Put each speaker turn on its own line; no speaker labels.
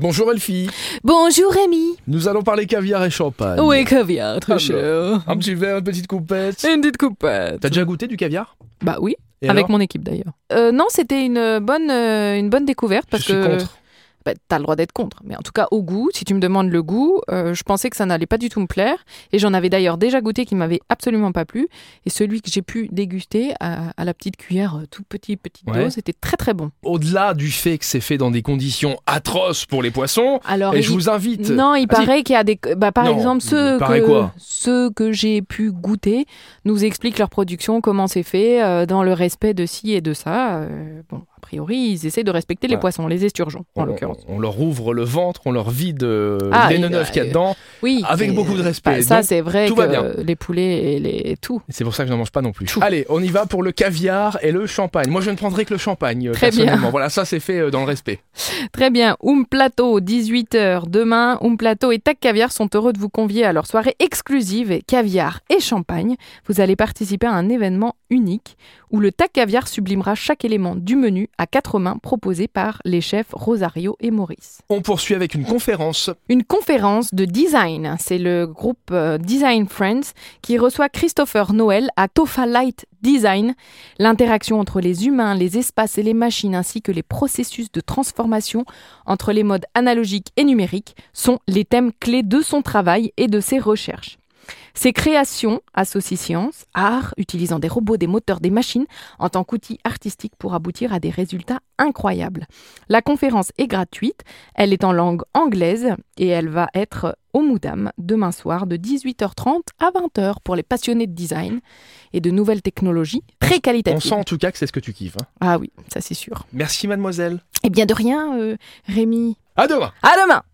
Bonjour Elfie,
Bonjour Rémi.
nous allons parler caviar et champagne.
Oui, caviar,
Ah
très cher.
Un petit verre, une petite coupette.
Une petite coupette.
T'as déjà goûté du caviar
Bah oui,
Et
avec
alors
mon équipe d'ailleurs. Euh, non, c'était une bonne, euh, une bonne découverte parce
Je suis
que
contre.
Bah, t'as le droit d'être contre. Mais en tout cas, au goût, si tu me demandes le goût, euh, je pensais que ça n'allait pas du tout me plaire. Et j'en avais d'ailleurs déjà goûté qui m'avait absolument pas plu. Et celui que j'ai pu déguster à, à la petite cuillère, euh, tout petit, petite
Ouais.
dose, était très très bon.
Au-delà du fait que c'est fait dans des conditions atroces pour les poissons,
Alors,
et
il-
je vous invite.
Non, il
Ah, si.
paraît qu'il y a des. Bah, par
Non,
exemple, ceux
il paraît
que,
quoi
ceux que j'ai pu goûter nous expliquent leur production, comment c'est fait, euh, dans le respect de ci et de ça. Euh, bon, a priori, ils essaient de respecter les
Ouais.
poissons, les esturgeons, en
on,
l'occurrence.
on leur ouvre le ventre, on leur vide euh,
Ah,
les
il-
neufs qu'il y a
il-
dedans.
Oui.
Avec
c'est-
beaucoup de respect.
bah, ça,
Donc,
c'est vrai
tout
que
va bien.
les poulets et les tout.
Et C'est pour ça que je n'en mange pas non plus. Allez, on y va pour le caviar et le champagne. Moi, je ne prendrai que le champagne, euh,
Très bien.
personnellement. Voilà, ça, c'est fait euh, dans le respect.
Très bien. Um Plateau, 18h. Demain, Um Plateau et Tac Caviar sont heureux de vous convier à leur soirée exclusive et caviar et champagne. Vous allez participer à un événement unique où le Tac Caviar sublimera chaque élément du menu à quatre mains proposé par les chefs Rosario et Maurice.
On poursuit avec une conférence.
Une conférence de design. C'est le groupe euh, Design Friends qui reçoit Christopher Noël à Tofa Light Design. L'interaction entre les humains, les espaces et les machines, ainsi que les processus de transformation entre les modes analogiques et numériques, sont les thèmes clés de son travail et de ses recherches. Ses créations associent science, art, utilisant des robots, des moteurs, des machines, en tant qu'outils artistiques pour aboutir à des résultats incroyables. La conférence est gratuite, elle est en langue anglaise et elle va être au Moudam demain soir de 18h30 à 20h pour les passionnés de design et de nouvelles technologies très
On
qualitatives.
sent en tout cas que c'est ce que tu kiffes. hein.
Ah oui, ça c'est sûr.
Merci, mademoiselle.
Eh bien de rien, euh, Rémi.
À demain
À demain